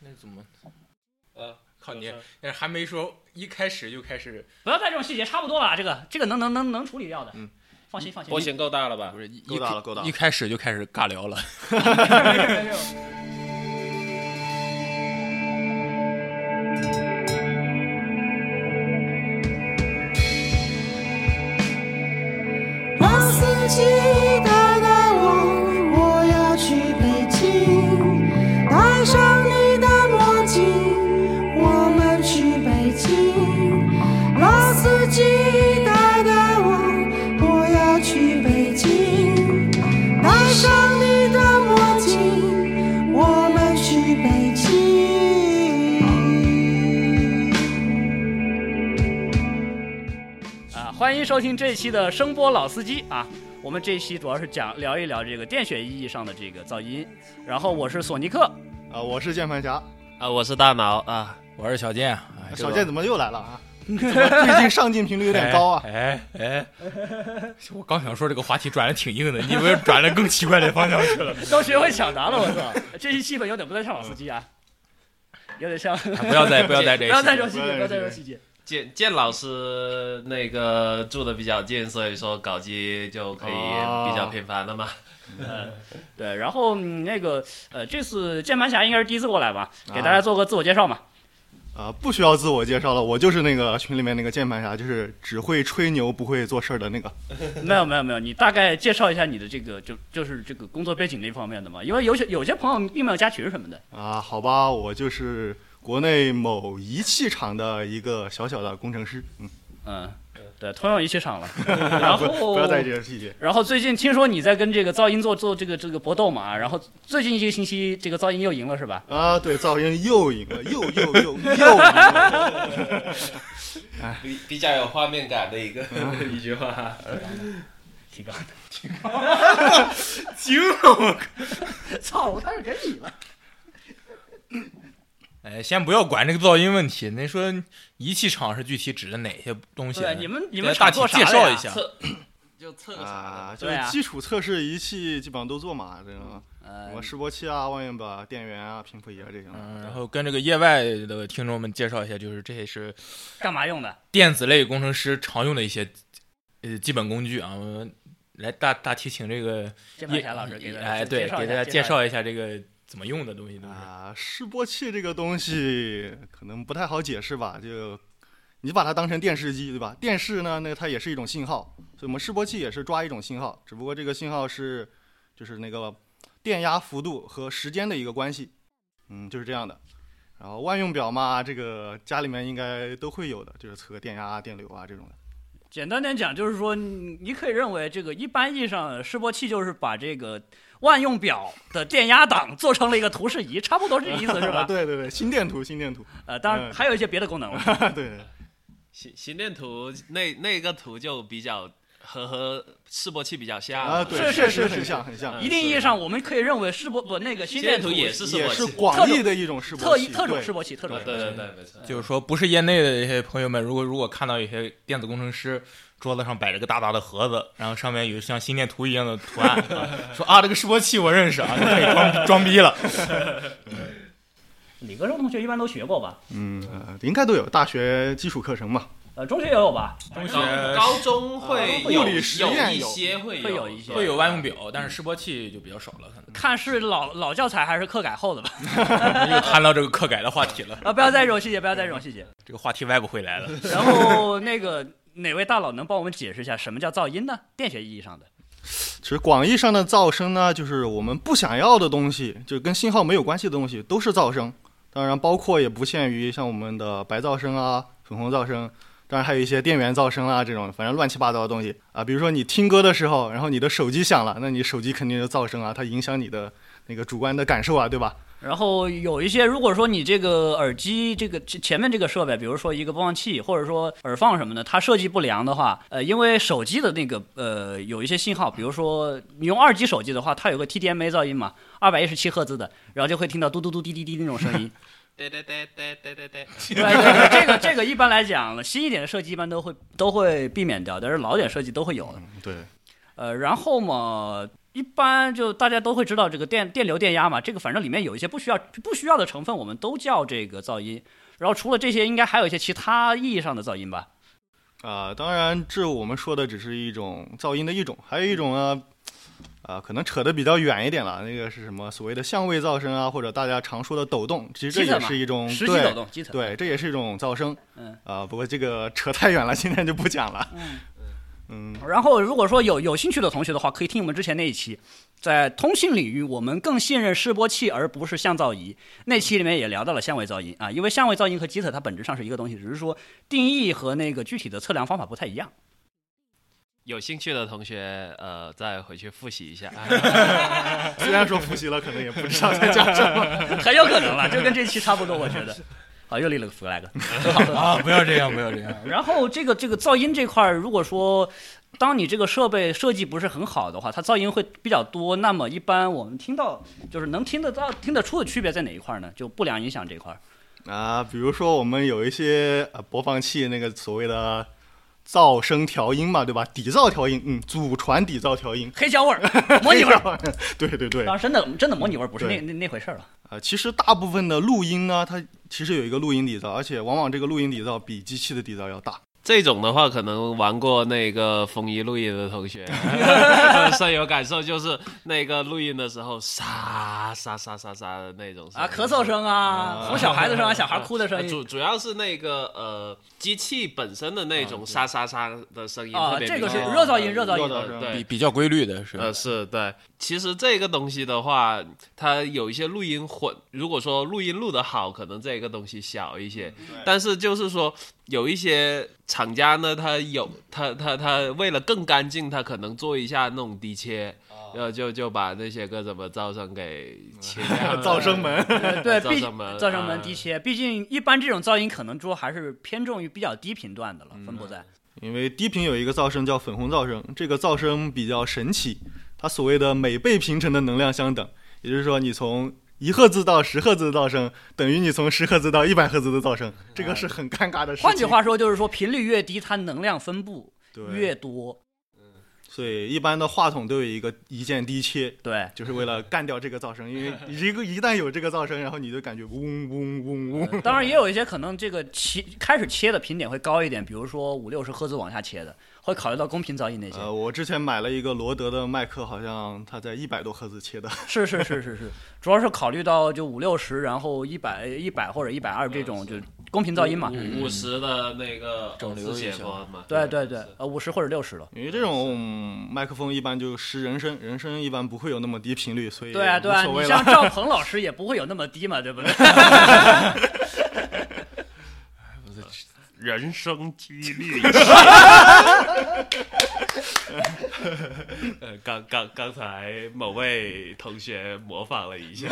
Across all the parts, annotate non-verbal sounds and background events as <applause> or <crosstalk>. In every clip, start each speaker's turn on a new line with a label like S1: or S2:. S1: 那怎么？
S2: 呃，
S1: 靠你，那还没说，一开始就开始
S3: 不要带这种细节，差不多啊吧，这个这个能能能能处理掉的，
S1: 嗯
S3: 放心放心。
S2: 波形够大了吧
S1: 不？是一
S4: 够大了够大了
S1: 一开始就开始尬聊了。
S3: 没事没事没事
S5: 那司机带带我，我要去北京。戴上你的墨镜，我们去北京。那司机带带我，我要去北京。戴上你的墨镜，我们去北京。
S3: <laughs> 啊，欢迎收听这一期的声波老司机啊。我们这一期主要是讲聊一聊这个电学意义上的这个噪音，然后我是索尼克，
S4: 啊，我是键盘侠，
S2: 啊，我是大脑啊，
S1: 我是小健，哎
S4: 小健怎么又来
S1: <laughs>
S4: 了啊？怎么最近上镜频率有点高啊？
S1: 哎哎，哎我刚想说这个话题转的挺硬的，你们转了更奇怪的方向去
S3: <laughs>
S1: 了。
S3: 都学会抢答了，我操！这期气氛有点不太像老司机啊，有点像， <laughs> 不
S1: 不要再不要再这一期，
S3: 要再说细节，不要再说细节。
S2: 建建老师那个住的比较近，所以说搞基就可以
S4: 哦
S2: 比较频繁了嘛。
S3: 对，然后、嗯那个呃，这次键盘侠应该是第一次过来吧，给大家做个自我介绍嘛。
S4: 啊，不需要自我介绍了，我就是那个群里面那个键盘侠，就是只会吹牛不会做事儿的那个。
S3: 没有没有没有，你大概介绍一下你的这个就就是这个工作背景这方面的嘛，因为有些有些朋友并没有加群什么的。
S4: 啊，好吧，我就是国内某仪器厂的一个小小的工程师。嗯，
S3: 嗯，对，通用一起
S1: <laughs>
S3: 厂了。然后
S4: 不要在意这些细节。
S3: 然后最近听说你在跟这个噪音做做这个这个搏斗嘛，然后最近一个星期这个噪音又赢了是吧？
S4: 啊，对，噪音又赢了，又又又又赢
S1: <laughs>
S4: 了。
S2: 比比较有画面感的一个 <laughs> 一句话。
S3: 提高的，
S1: 惊了！
S3: 操！我开始给你了。
S1: 哎，先不要管这个噪音问题，您说仪器厂是具体指的哪些东西呢？
S3: 对，你们你们
S1: 来大
S3: 厂
S1: 体
S3: 做啥
S1: 介
S3: 的
S1: 绍
S3: 呀
S1: 一下。
S2: 测就测个啥的？
S4: 啊，就是基础测试仪器基本上都做嘛，这
S1: 嗯
S4: 种
S3: 呃
S4: 什么示波器啊、望远板、电源啊、频谱仪啊这些。
S1: 嗯，然后跟这个业外的听众们介绍一下，就是这些是
S3: 干嘛用的？
S1: 电子类工程师常用的一些呃基本工具啊。我们来大大体请这个
S3: 键
S1: 业
S3: 盘侠老师给大家
S1: 哎对，给大家介绍一下这个怎么用的东西都是。
S4: 啊，示波器这个东西可能不太好解释吧，就你把它当成电视机，对吧？电视呢，那它也是一种信号，所以我们示波器也是抓一种信号，只不过这个信号是就是那个电压幅度和时间的一个关系，嗯，就是这样的。然后万用表嘛，这个家里面应该都会有的，就是测电压、电流啊这种的。
S3: 简单点讲，就是说，你你可以认为这个一般意义上示波器就是把这个万用表的电压档做成了一个图示仪，差不多是这意思是吧？
S4: 啊 <laughs> 对对对，心电图，心电图， <laughs>
S3: 呃，当然
S4: 嗯
S3: 还有一些别的功能了。
S4: <laughs> 对对。
S2: 心心电图那那个图就比较和和示波器比较像
S4: 啊，对，
S3: 是是是
S4: 确实
S3: 是
S4: 很像很像，
S3: 一定意义上，我们可以认为示波不那个心
S2: 心
S3: 电
S2: 电图也是示
S4: 也
S2: 波
S4: 是
S2: 器。
S4: 广义的一种示波
S3: 特
S4: 器，
S3: 特种
S4: 对
S3: 示波器，特种
S2: 啊
S3: 示波
S2: 对
S3: 器。
S2: 对对，没错。
S1: 就是说，不是业内的一些朋友们，如果如果看到一些电子工程师桌子上摆着个大大的盒子，然后上面有像心电图一样的图案， <laughs> 啊说啊这个示波器我认识啊，就可以装装逼了。
S3: 理科生同学一般都学过吧？
S4: 嗯，呃应该都有大学基础课程嘛。
S3: 呃，中学也有
S4: 嗯
S3: 吧？
S1: 中学
S2: 高高中会
S4: 物
S2: 有
S4: 理实验
S2: 一
S4: 有
S2: 些会
S3: 会
S2: 有
S3: 有一些
S1: 会有万用表，但是示波器就比较少了，可能
S3: 看是老老教材还是课改后的吧？
S4: 嗯
S1: 又谈到这个课改的话题了，
S3: 啊，不要再这种细节，不要再这种细节。
S1: 这个话题歪不回来 <laughs> 了。
S3: 然后那个哪位大佬能帮我们解释一下什么叫噪音呢？电学意义上的。
S4: 其实广义上的噪声呢，就是我们不想要的东西，就是跟信号没有关系的东西，都是噪声。当然，包括也不限于像我们的白噪声啊、粉红噪声，当然还有一些电源噪声啊这种，反正乱七八糟的东西啊。比如说你听歌的时候，然后你的手机响了，那你手机肯定是噪声啊，它影响你的那个主观的感受啊，对吧？
S3: 然后有一些，如果说你这个耳机这个前前面这个设备，比如说一个播放器或者说耳放什么的，它设计不良的话，呃，因为手机的那个呃有一些信号，比如说你用二 G 手机的话，它有个 TDMA 噪音嘛，二百一十七赫兹的，然后就会听到嘟嘟嘟滴滴滴那种声音。
S2: 对对对对对对对，
S3: 对对对，这个这个一般来讲，新一点的设计一般都会都会避免掉，但是老点设计都会有的。
S4: 对，
S3: 呃，然后嘛，一般就大家都会知道这个电电流、电压嘛，这个反正里面有一些不需要不需要的成分，我们都叫这个噪音。然后除了这些，应该还有一些其他意义上的噪音吧？
S4: 啊、当然，这我们说的只是一种噪音的一种，还有一种呢，啊、可能扯得比较远一点了。那个是什么？所谓的相位噪声啊，或者大家常说的抖动，其实这
S3: 基层
S4: 也
S3: 嘛
S4: 是一种
S3: 实际
S4: 对
S3: 抖动，基层。
S4: 对，这也是一种噪声。
S3: 嗯
S4: 啊、不过这个扯太远了，今天就不讲了。
S3: 嗯
S4: 嗯
S3: 然后，如果说有有兴趣的同学的话，可以听我们之前那一期，在通信领域，我们更信任示波器而不是降噪仪。那期里面也聊到了相位噪音啊，因为相位噪音和基测它本质上是一个东西，只是说定义和那个具体的测量方法不太一样。
S2: 有兴趣的同学，呃，再回去复习一下。 <laughs>
S4: 虽然说复习了，可能也不知道在讲什么。 <laughs>
S3: <laughs> 很有可能吧，就跟这期差不多，我 <laughs> 觉得。好，又立了个 flag。
S1: 啊，不要这样，不要这样。
S3: <laughs> 然后这个这个噪音这块儿，如果说当你这个设备设计不是很好的话，它噪音会比较多。那么一般我们听到就是能听得到、听得出的区别在哪一块儿呢？就不良影响这块儿。
S4: 啊，比如说我们有一些呃播放器，那个所谓的噪声调音嘛，对吧？底噪调音，嗯，祖传底噪调音，
S3: 黑胶味儿、模 <laughs> 拟味儿，
S4: 对对对。
S3: 当
S4: 啊、
S3: 然真的真的模拟味儿不是那
S4: 对
S3: 那那回事儿了。
S4: 呃其实大部分的录音呢，它其实有一个录音底噪，而且往往这个录音底噪比机器的底噪要大。
S2: 这种的话，可能玩过那个风衣录音的同学 <laughs> 深有感受，就是那个录音的时候沙沙沙沙沙的那种声
S3: 啊，
S2: 音呃
S3: 咳嗽。声啊，哄小孩子声啊，小孩哭的声音
S2: 主主要是那个呃，机器本身的那种沙沙沙的声音
S3: 啊
S2: 特别
S3: 这个
S2: 明显
S3: 是热噪音热噪音
S4: 热噪声
S2: 对
S1: 比 <laughs> 比较规律的是，
S2: 呃，是对。其实这个东西的话，它有一些录音混，如果说录音录得好，可能这个东西小一些。但是就是说，有一些厂家呢，他有他他他为了更干净，他可能做一下那种低切，然后就就把那些个什么噪声给切掉了。
S4: 噪声门，
S3: 呃 <laughs> 对，
S2: 噪
S3: 毕
S2: 声门
S3: 噪声门
S2: 啊
S3: 低切，毕竟一般这种噪音可能说还是偏重于比较低频段的了，分布在。
S4: 因为低频有一个噪声叫粉红噪声，这个噪声比较神奇，它所谓的每倍频乘的能量相等，也就是说你从一赫兹到十赫兹的噪声，等于你从十赫兹到一百赫兹的噪声，这个是很尴尬的事情。
S3: 换句话说，就是说频率越低，它能量分布越
S4: 对，
S3: 多。
S4: 所以一般的话筒都有一个一键低切，
S3: 对，
S4: 就是为了干掉这个噪声，因为一个一旦有这个噪声，然后你就感觉嗡嗡嗡嗡。
S3: 当然也有一些可能这个切开始切的频点会高一点，比如说五六十赫兹往下切的，会考虑到公频噪音那些。
S4: 呃，我之前买了一个罗德的麦克，好像它在一百多赫兹切的。
S3: 是是是是是，主要是考虑到就五六十，然后一百一百或者一百二这种就公频噪音嘛。
S2: 五五十的那个
S1: 整流
S2: 自
S1: 一
S2: 写
S1: 下
S2: 过嘛？
S3: 对对对
S2: 是，
S3: 呃，五十或者六十了。
S4: 因为这种麦克风一般就失人声，人声一般不会有那么低频率，所以
S3: 对啊对啊，
S4: 无所
S3: 你
S4: 谓
S3: 像
S4: 了。
S3: 赵鹏老师也不会有那么低嘛，对不对？
S2: 人生激励。 <laughs>
S1: <laughs>
S2: 呃，刚刚刚才某位同学模仿了一下，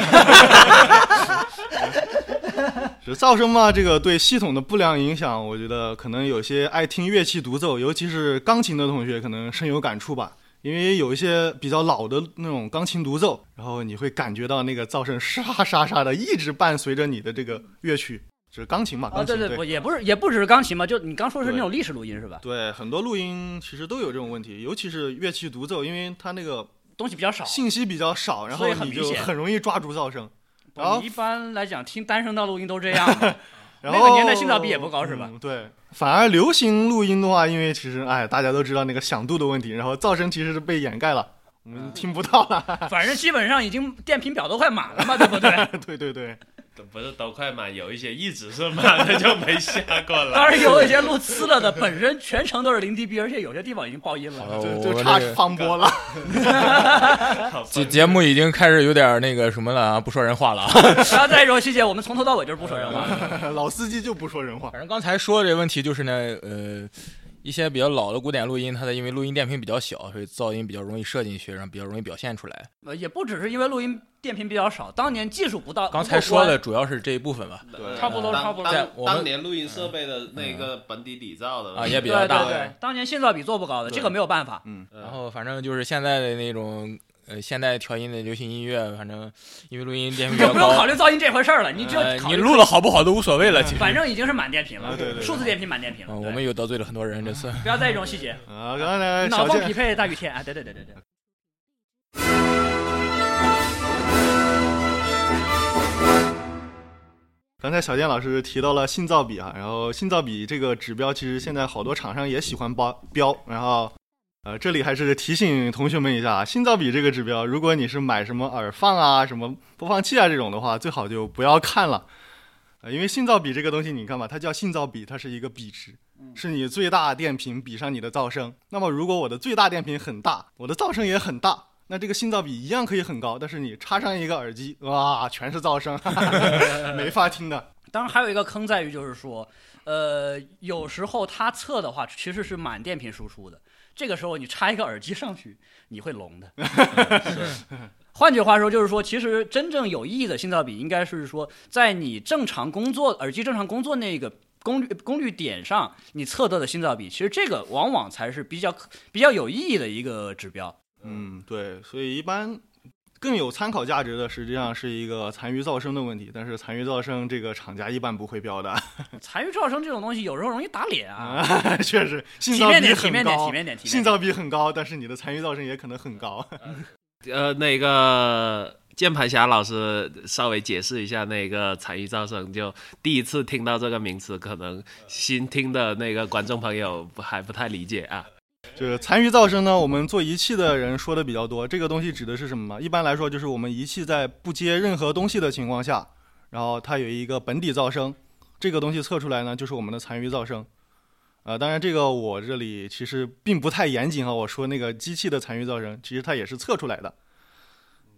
S4: 是噪声嘛，这个对系统的不良影响，我觉得可能有些爱听乐器独奏，尤其是钢琴的同学，可能深有感触吧。因为有一些比较老的那种钢琴独奏，然后你会感觉到那个噪声沙沙沙的，一直伴随着你的这个乐曲，就是钢琴嘛，
S3: 啊，
S4: 钢琴、
S3: 对对，
S4: 对
S3: 不也不是也不只是钢琴嘛，就你刚说是那种历史录音是吧？
S4: 对很多录音其实都有这种问题，尤其是乐器独奏，因为它那个
S3: 东西比较少。
S4: 信息比较少，然后
S3: 所以很
S4: 你
S3: 明
S4: 就
S3: 显
S4: 很容易抓住噪声。
S3: 不
S4: 然后
S3: 一般来讲，听单声道录音都这样
S4: <laughs>
S3: 嘛。
S4: 然
S3: 那
S4: 后
S3: 个年代性价比也不高是吧
S4: 嗯对，反而流行录音的话，因为其实哎，大家都知道那个响度的问题，然后噪声其实是被掩盖了，我
S3: 嗯
S4: 们听不到了。 <laughs>
S3: 反正基本上已经电频表都快满了嘛，对不对？ <laughs>
S4: 对对对，
S2: 都不是都快满，有一些一直是满 <laughs> 的就没下过了。
S3: <laughs> 当然有一些录呲了的，本身全程都是零 dB，而且有些地方已经爆音了。
S1: 好
S4: 就
S1: 我
S4: 就
S1: 哦我
S4: 差
S1: 这个
S4: 放播了。 <laughs>
S2: 好吧
S1: 节节目已经开始有点那个什么了啊，不说人话了啊。 <laughs>
S3: 然后再一种细节，我们从头到尾就是不说人话的。
S4: 老司机就不说人话。
S1: 反正刚才说的这问题就是呢，呃，一些比较老的古典录音，它的因为录音电频比较小，所以噪音比较容易射进去，然后比较容易表现出来。
S3: 呃，也不只是因为录音电频比较少，当年技术不到，
S1: 刚才说的主要是这一部分吧，
S2: 对
S3: 差不多
S2: 当
S3: 差不多
S1: 在我
S2: 当
S1: 们
S2: 当年录音设备的那个本底底噪的
S1: 啊
S2: <laughs>
S1: 也比
S3: 对
S1: 较
S3: 对
S1: 大。
S3: 对，当年信噪比做不高的，这个没有办法。
S1: 然后反正就是现在的那种呃现代调音的流行音乐，反正因为录音电频
S3: 你
S1: 比较
S3: 就不用考
S1: 高，
S3: 虑噪音这回事儿了，你只有
S1: 呃，
S3: 考
S1: 你
S3: 虑，嗯
S1: 录了好不好都无所谓了，其实。
S3: 反正已经是满电频了
S4: 啊对对，对
S3: 数字电频满电频了。
S1: 嗯，
S3: 对
S1: 我们又得罪了很多人，这次。
S3: 不要在意这种细节，
S4: 啊，刚才
S3: 脑
S4: 小
S3: 洞
S4: 健
S3: 匹配大雨天啊！对对对对对。
S4: 刚才小健老师提到了信噪比啊，然后信噪比这个指标，其实现在好多厂商也喜欢标标。然后，呃，这里还是提醒同学们一下啊，信噪比这个指标，如果你是买什么耳放啊、什么播放器啊这种的话，最好就不要看了，呃，因为信噪比这个东西，你看吧，它叫信噪比，它是一个比值，是你最大电瓶比上你的噪声。那么，如果我的最大电瓶很大，我的噪声也很大。那这个信噪比一样可以很高，但是你插上一个耳机，哇，全是噪声， <laughs> 哈哈哈没法听的。
S3: 当然还有一个坑在于就是说，呃，有时候它测的话其实是满电瓶输出的，这个时候你插一个耳机上去，你会聋的。换句话说，就是说，其实真正有意义的信噪比应该是说，在你正常工作耳机正常工作那个。功率功率点上，你测得的信噪比，其实这个往往才是比较比较有意义的一个指标。
S4: 嗯，对，所以一般更有参考价值的，实际上是一个残余噪声的问题。但是残余噪声这个厂家一般不会标的， <laughs>
S3: 残余噪声这种东西，有时候容易打脸啊。
S4: 确实，信
S3: 体
S4: 噪
S3: 面
S4: 比
S3: 点，体
S4: 很
S3: 面点，体
S4: 高，
S3: 面点，体面
S4: 信
S3: 点。
S4: 噪比很高，但是你的残余噪声也可能很高。
S2: 呃，那个呃键盘侠老师稍微解释一下那个残余噪声，就第一次听到这个名词，可能新听的那个观众朋友不还不太理解啊。
S4: 就是残余噪声呢，我们做仪器的人说的比较多。这个东西指的是什么呢？一般来说，就是我们仪器在不接任何东西的情况下，然后它有一个本底噪声，这个东西测出来呢，就是我们的残余噪声。呃，当然这个我这里其实并不太严谨啊哈，我说那个机器的残余噪声，其实它也是测出来的。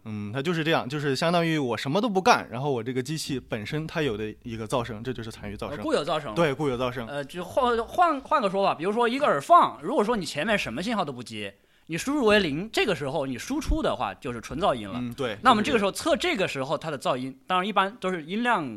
S4: 嗯，它就是这样，就是相当于我什么都不干，然后我这个机器本身它有的一个噪声，这就是残余噪
S3: 呃
S4: 声。
S3: 固有噪声。
S4: 嗯对，固有噪声。
S3: 呃，就换换换个说法，比如说一个耳放，如果说你前面什么信号都不接，你输入为零，这个时候你输出的话就是纯噪音了。
S4: 嗯，对。
S3: 那我们这个时候测这个时候它的噪音，当然一般都是音量，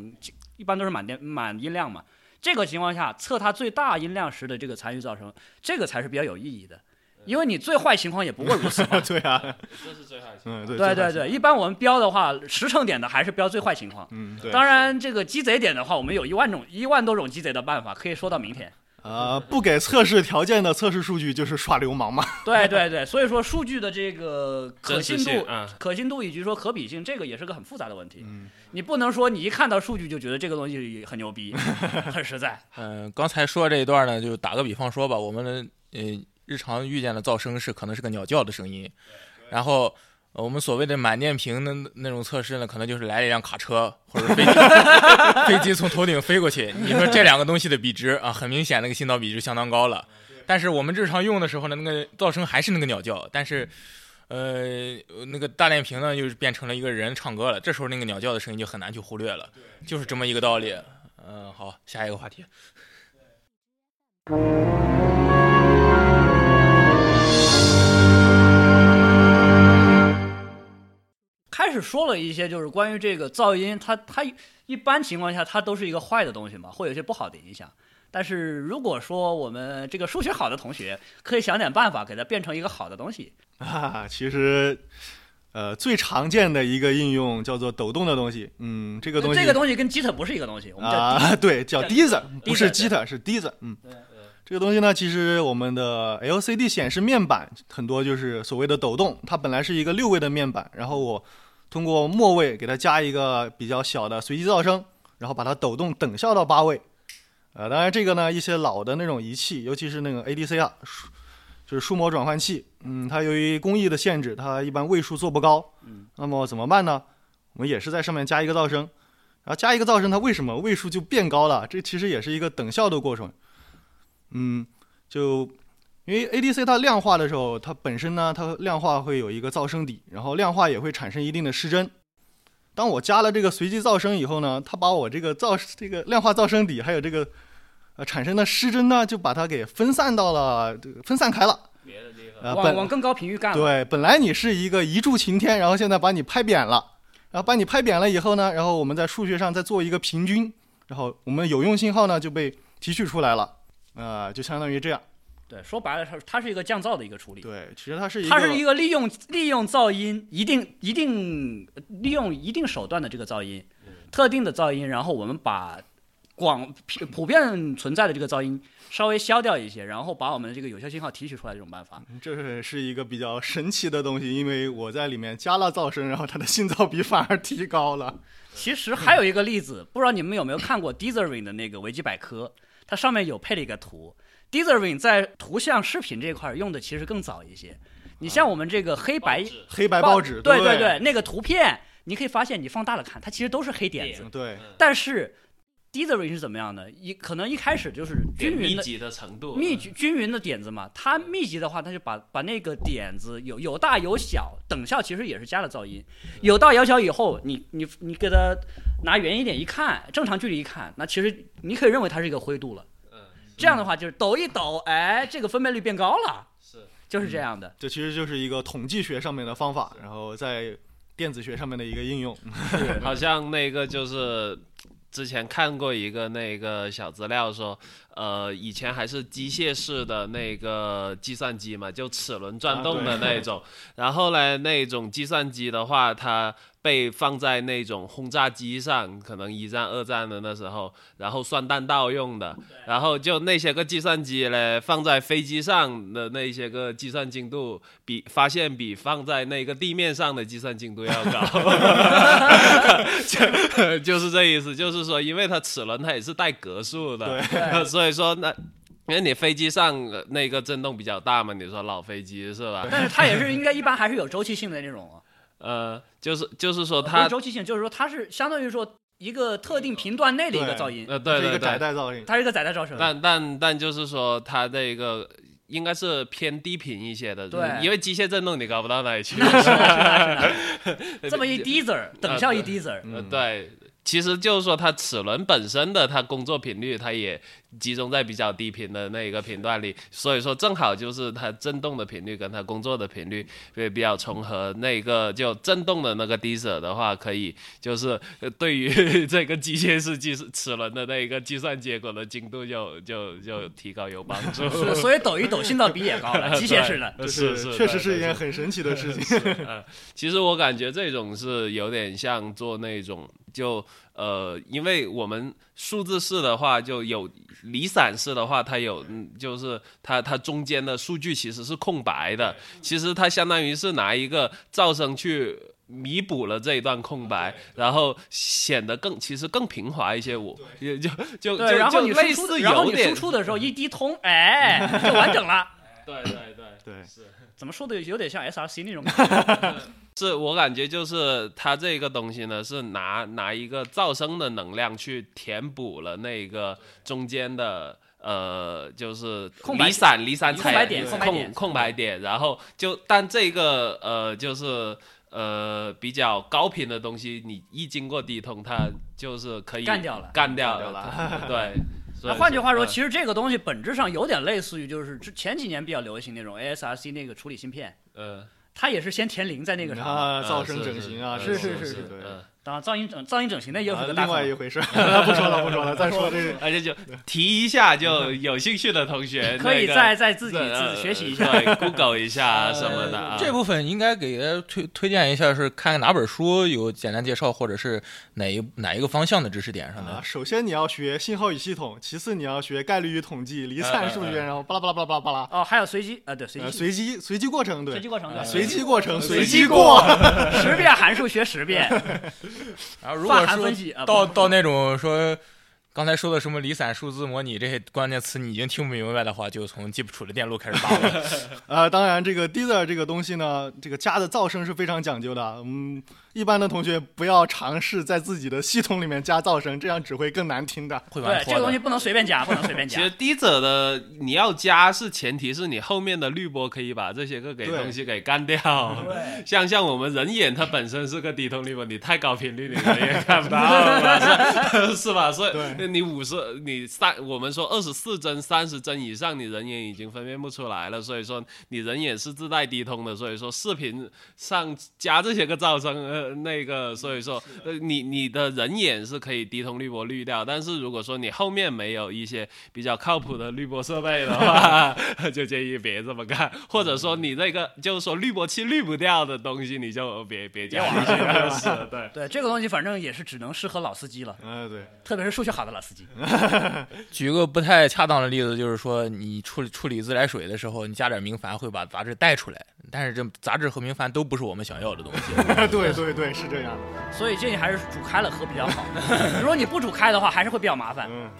S3: 一般都是满电满音量嘛。这个情况下测它最大音量时的这个残余噪声，这个才是比较有意义的，
S4: 嗯
S3: 因为你最坏情况也不过如此嘛。
S4: 对啊，
S2: 这是最害羞。
S4: 嗯， <laughs> 对
S3: 对
S4: 这
S3: 对
S4: 还
S3: 对，
S4: 行
S3: 一般我们标的话，实诚点的还是标最坏情况。
S4: 嗯，对。
S3: 当然，这个鸡贼点的话，我们有一万种、一万多种鸡贼的办法，可以说到明天。
S4: 呃，不给测试条件的测试数据就是耍流氓嘛。 <laughs>
S3: <laughs> 对对对，所以说数据的这个可
S2: 真
S3: 信
S2: 实
S3: 度、
S2: 性啊，
S3: 可信度以及说可比性，这个也是个很复杂的问题。你不能说你一看到数据就觉得这个东西很牛逼、很实在。
S1: 嗯，刚才说的这一段呢，就打个比方说吧，我们呃日常遇见的噪声是可能是个鸟叫的声音，然后。呃我们所谓的满电瓶的那那种测试呢，可能就是来了一辆卡车或者飞机， <laughs> 飞机从头顶飞过去。你说这两个东西的比值啊，很明显那个信噪比值相当高了。但是我们日常用的时候呢，那个噪声还是那个鸟叫，但是，呃，那个大电瓶呢，又变成了一个人唱歌了。这时候那个鸟叫的声音就很难去忽略了，就是这么一个道理。嗯，好，下一个话题。
S3: <laughs> 开始说了一些就是关于这个噪音，它它一般情况下它都是一个坏的东西嘛，会有一些不好的影响。但是如果说我们这个数学好的同学，可以想点办法给它变成一个好的东西。
S4: 啊，其实，呃，最常见的一个应用叫做抖动的东西。嗯，这个东西，
S3: 这个东西跟 Git 不是一个东西，我们叫、
S4: 啊，对，叫
S3: 叫
S4: Deezer，不是
S3: Deezer，
S4: Git，是 Deezer。嗯，这个东西呢，其实我们的 LCD 显示面板很多就是所谓的抖动，它本来是一个六位的面板，然后我通过末位给它加一个比较小的随机噪声，然后把它抖动等效到八位。呃，当然这个呢，一些老的那种仪器，尤其是那个 ADC 啊，数就是数模转换器，嗯，它由于工艺的限制，它一般位数做不高。嗯，那么怎么办呢？我们也是在上面加一个噪声。然后加一个噪声，它为什么位数就变高了？这其实也是一个等效的过程。嗯，就因为 ADC 它量化的时候，它本身呢，它量化会有一个噪声底，然后量化也会产生一定的失真。当我加了这个随机噪声以后呢，它把我这个噪这个量化噪声底还有这个呃产生的失真呢，就把它给分散到了这个分散开了。
S2: 别的地方
S4: 呃，
S3: 往
S4: 本
S3: 往更高频域干了。
S4: 对，本来你是一个一柱擎天，然后现在把你拍扁了，然后把你拍扁了以后呢，然后我们在数学上再做一个平均，然后我们有用信号呢就被提取出来了，呃，就相当于这样。
S3: 对，说白了，它它是一个降噪的一个处理。
S4: 对，其实它是一个，
S3: 它是一个利用利用噪音，一定一
S4: 嗯
S3: 定利用一定手段的这个噪音，特定的噪音，然后我们把广普遍存在的这个噪音稍微消掉一些，然后把我们的这个有效信号提取出来这种办法。
S4: 这是一个比较神奇的东西，因为我在里面加了噪声，然后它的信噪比反而提高了。
S3: 其实还有一个例子，不知道你们有没有看过 Deezering 的那个维基百科，它上面有配了一个图。Deezering 在图像视频这块儿用的其实更早一些。你像我们这个黑白
S4: 黑白报纸，
S3: 对
S4: 对
S3: 对，那个图片你可以发现，你放大了看，它其实都是黑点子。
S4: 对对，
S3: 但是 Dithering 是怎么样的？一可能一开始就是
S2: 点
S3: 均
S2: 密
S3: 匀的。
S2: 集的程度，
S3: 密集均匀的点子嘛，它密集的话，它就把把那个点子有有大有小，等效其实也是加了噪音，有大有小以后，你你你给它拿远一点一看，正常距离一看，那其实你可以认为它是一个灰度了。
S2: 嗯，
S3: 这样的话就是抖一抖，哎，这个分辨率变高了，
S2: 是
S3: 就是这样的。
S4: 这其实就是一个统计学上面的方法，然后在电子学上面的一个应用。
S2: 好像那个就是之前看过一个那个小资料说，呃，以前还是机械式的那个计算机嘛，就齿轮转动的那种。然后呢，那种计算机的话，它被放在那种轰炸机上，可能一战、二战的那时候，然后算弹道用的。然后就那些个计算机嘞，放在飞机上的那些个计算精度比发现比放在那个地面上的计算精度要
S4: <laughs>
S2: 高，就就是这意思，就是说，因为它齿轮它也是带格数的，所以说那。因为你飞机上呃那个震动比较大嘛，你说老飞机是吧？
S3: 但是它也是应该一般还是有周期性的那种啊，
S2: 呃，就是就是说
S3: 不
S2: 它
S3: 是周期性，就是说它是相当于说一个特定频段内的一个
S4: 对
S3: 噪音，
S2: 呃对
S4: 是一
S2: 对
S4: 个
S2: 对，
S4: 窄带噪音。
S3: 它是一个载带噪声。
S2: 但但但就是说它这个应该是偏低频一些的，
S3: 对
S2: 因为机械震动你搞不到哪
S3: <laughs>
S2: 里去。 <laughs>
S3: 这么一滴子儿，等效一滴子儿，
S2: 呃，对，其实就是说它齿轮本身的它工作频率，它也集中在比较低频的那一个频段里，所以说正好就是它振动的频率跟它工作的频率也比较重合。那个就振动的那个 d i s 的话，可以就是呃对于这个机械式计齿轮的那一个计算结果的精度就就就提高有帮助。
S3: 是所以抖一抖，心脏比也高了，机械式的。
S2: <laughs> 对
S4: 呃是
S2: 是，
S4: 确实
S2: 对
S4: 是一
S2: 对
S4: 件很神奇的事情。
S2: 其实我感觉这种是有点像做那种就呃，因为我们数字式的话就有离散式的话，它有嗯就是它它中间的数据其实是空白的，其实它相当于是拿一个噪声去。弥补了这一段空白，然后显得更其实更平滑一些。我也就就就
S3: 对，然后
S2: 就
S3: 你
S2: 类
S3: 输出，
S2: 似
S3: 然后
S2: 有
S3: 你输
S2: 点嗯
S3: 出的时候一滴通，哎， <laughs> 就完整了。
S2: 对对对。
S4: 对，
S3: 怎么说的有点像 SRC 那种感觉？
S2: 是我感觉就是它这个东西呢，是拿拿一个噪声的能量去填补了那个中间的。呃，就是
S3: 空白
S2: 离散离散
S3: 空白
S2: 踩
S3: 点
S2: 空
S3: 空白点
S2: 空白点，然后就但这个呃就是呃比较高频的东西，你一经过低通，它就是可以
S3: 干掉了
S2: 干掉
S4: 干掉
S2: 了，
S3: <laughs>
S2: 对。所
S3: 那
S2: 以
S3: 换句话说，
S2: 嗯
S3: 其实这个东西本质上有点类似于就是之前几年比较流行那种 ASRC 那个处理芯片，
S2: 呃
S3: 它也是先填零在那个上
S2: 嗯
S3: 面。
S4: 啊，噪声整形啊，
S2: 呃
S3: 是
S4: 是
S3: 是是
S4: 是
S3: 是
S4: 对。
S2: <laughs> 嗯
S3: 当然，噪音整噪音整形那又
S4: 啊
S3: 是个大
S4: 另
S3: 坑
S4: 外一回事儿，不说了，不说了，再说这个
S2: 而且就提一下，就有兴趣的同学
S3: <laughs> 可以
S2: 那个
S3: 再再自己
S2: 对
S3: 自己学习一下。呃
S2: 呃对，Google
S3: <laughs>
S2: 一下什么的啊。
S1: 呃这部分应该给大家推推荐一下，是看哪本书有简单介绍，或者是哪一哪一个方向的知识点上
S4: 啊，
S1: 的。
S4: 首先你要学信号与系统，其次你要学概率与统计、离散数学，然后巴拉巴拉巴拉巴拉，
S3: 哦，还有随机啊，对随
S4: 呃，
S3: 机
S4: 随机随机过程，对，
S3: 随机过
S2: 啊
S3: 程，对
S4: 随机过程， <laughs> 随
S3: 机
S4: 机过，
S3: 十遍函数学十遍，
S1: 然后如
S3: 泛
S1: 果
S3: 函
S1: 说
S3: 分析啊，
S1: 到
S3: 不
S1: 到那种说刚才说的什么离散数字模拟这些关键词你已经听不明白的话，就从记不住的电路开始扒
S3: <laughs>
S1: 了。
S4: 呃，当然，这个 Deezer 这个东西呢，这个加的噪声是非常讲究的。嗯，一般的同学不要尝试在自己的系统里面加噪声，这样只会更难听的。
S1: 会玩
S3: 对这个东
S1: 脱
S3: 西
S1: 的。
S3: 不能随便加，不能随便
S2: 其
S3: 加
S2: 实。低者的你要加是前提是你后面的滤波可以把这些个给
S4: 对
S2: 东西给干掉。 <laughs> 像像我们人眼它本身是个低通滤波，你太高频率你人
S3: <laughs>
S2: 也看不到嘛， <laughs> 是是吧？所以
S4: 对
S2: 你五十你三我们说二十四帧三十帧以上，你人眼已经分辨不出来了。所以说你人眼是自带低通的，所以说视频上加这些个噪声，呃，那个，所以说，呃，你你的人眼是可以低通滤波滤掉，但是如果说你后面没有一些比较靠谱的滤波设备的话， <laughs> 就建议别这么干，或者说你那个就是说滤波器滤不掉的东西，你就别 <laughs> 别加进去了，是，对。
S3: 对这个东西，反正也是只能适合老司机了，
S4: 嗯、对。
S3: 特别是数学好的拉斯基。
S1: 举个不太恰当的例子，就是说你处理处理自来水的时候，你加点明矾会把杂质带出来，但是这杂质和明矾都不是我们想要的东西。
S4: <laughs> 对对对，是这样的。
S3: 所以建议还是煮开了喝比较好。如果你不煮开的话，还是会比较麻烦。
S4: 嗯，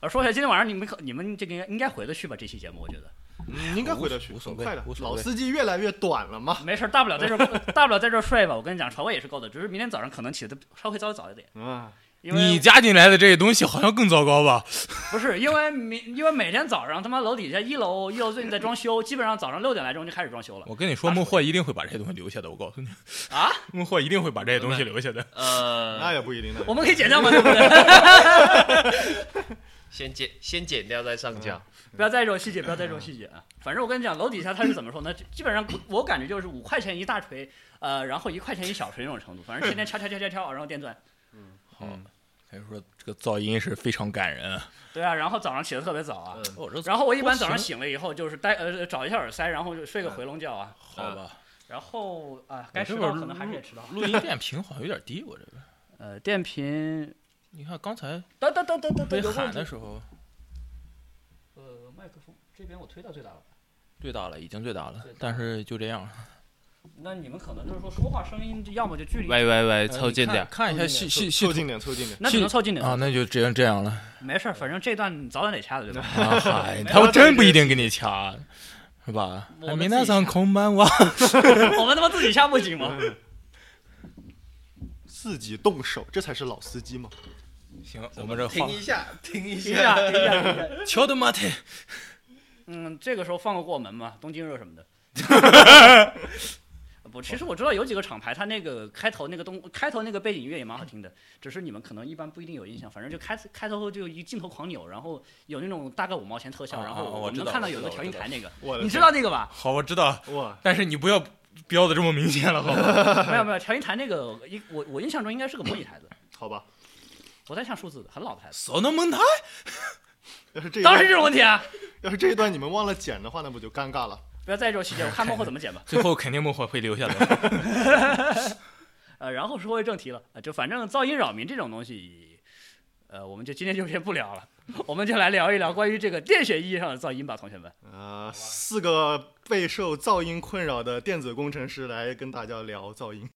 S3: 呃，说一下今天晚上你们可你们这个应该应该回得去吧？这期节目我觉得
S4: 嗯应该回得去，
S1: 无所
S4: 很
S1: 谓
S4: 快的
S1: 无。所
S4: 老
S1: 谓
S4: 司机越来越短了嘛。
S3: 没事儿，大不了在这儿 <laughs> 大不了在这儿睡吧。我跟你讲，床位也是够的，只是明天早上可能起的稍微稍微早一点，
S4: 嗯，
S3: 因
S1: 你
S3: 为
S1: 加进来的这些东西好像更糟糕吧？
S3: 不是因为明因为每天早上他妈楼底下一楼一楼最近在装修，基本上早上六点来钟就开始装修了。
S1: 我跟你说，孟获一定会把这些东西留下的，我告诉你。 <laughs>
S3: 啊？
S1: 孟获一定会把这些东西留下的。 <laughs>
S2: 呃，
S4: 那也不一定呢。
S3: 我们可以剪掉吗？对不对？
S2: 先剪先剪掉再上交。
S3: 不要在意这种细节，
S1: 嗯
S3: 不要在意这种细节啊！反正我跟你讲，楼底下它是怎么说呢？基本上我我感觉就是五块钱一大锤，呃，然后一块钱一小锤那种程度，反正天天敲敲敲敲敲，然后电钻。
S1: 还是说这个噪音是非常感人啊。
S3: 对啊，然后早上起得特别早啊。
S2: 嗯
S1: 我说
S3: <laughs> 然后我一般
S1: 行
S3: 早上醒了以后，就是戴呃找一下耳塞，然后就睡个回笼觉啊。
S1: 好吧，
S3: 然后啊，该
S1: 我这
S3: 迟
S1: 会儿
S3: 到可能还是也迟到。
S1: 呃录音电瓶好像有点低，我这个。
S3: 呃，电瓶，
S1: 你看刚才
S3: 等等等等等
S1: 被
S3: 等，有
S1: 喊
S3: 问
S1: 的
S3: 题。
S1: 时候，
S3: 呃，麦克风这边我推到最大了。
S1: 最大了，已经最大哎了，但是就这样了。
S3: 那你们可能就是说说话声音，要么就距离，
S2: 喂喂喂，
S1: 呃
S2: 凑近点
S1: 你。看看一下系系系
S4: 凑
S1: 统
S4: 近点，凑近点。
S3: 那只能凑近点。
S1: 啊，那就只能这样了。
S3: 没事儿，反正这段早晚得掐的，对吧？
S1: <laughs> 啊嗨，
S3: 没
S1: 他
S4: 有
S1: 们真不一定给你掐，是吧？
S3: 我们
S1: 明
S3: 自
S1: 天
S3: 己
S1: 上
S3: 掐
S1: 空班 <laughs> 哇，
S3: <laughs> 我们他妈自己下不行吗？
S4: <laughs> 自己动手，这才是老司机嘛。
S1: 行，我们这话
S2: 下，听
S3: 停
S2: 一
S3: 一下，停一下，停一下。
S1: 乔德马特，
S3: <laughs> 嗯，这个时候放个过门嘛，东京热什么的。 <laughs> 不，其实我知道有几个厂牌，它那个开头那个东开头那个背景音乐也蛮好听的，只是你们可能一般不一定有印象。反正就开开头后就一镜头狂扭，然后有那种大概五毛钱特效，
S1: 啊
S3: 然
S1: 啊
S3: 后
S1: 啊
S3: 我
S1: 我
S3: 们
S1: 知
S3: 能
S1: 道
S3: 看到
S1: 我
S3: 有一
S1: 知
S3: 个
S1: 道
S3: 调
S1: 我
S3: 音
S1: 知
S3: 台
S1: <laughs>
S3: 那个，
S4: 我的
S3: 你知
S4: 天
S3: 道那个吧？
S1: 好，我知道，
S4: 哇，
S1: 但是你不要标的这么明显了，好 <laughs> 吧？
S3: 没有没有，调音台那个一我我印象中应该是个模拟台子，
S4: 好吧，
S3: 不太像数字的，很老的
S1: <laughs>
S3: 台子。
S1: 扫能蒙台，
S4: 要是这一
S3: 当然是
S4: 段
S3: 这种问题啊！ <laughs>
S4: 要是这一段你们忘了剪的话，那不就尴尬了？
S3: 不要在意这种细节，我看幕后怎么剪吧。
S1: 最后肯定孟获会留下的。
S3: 呃，然后说回正题了，呃就反正噪音扰民这种东西，呃，我们就今天就先不聊了，我们就来聊一聊关于这个电学意义上的噪音吧，同学们。
S4: <laughs> 呃，四个备受噪音困扰的电子工程师来跟大家聊噪音。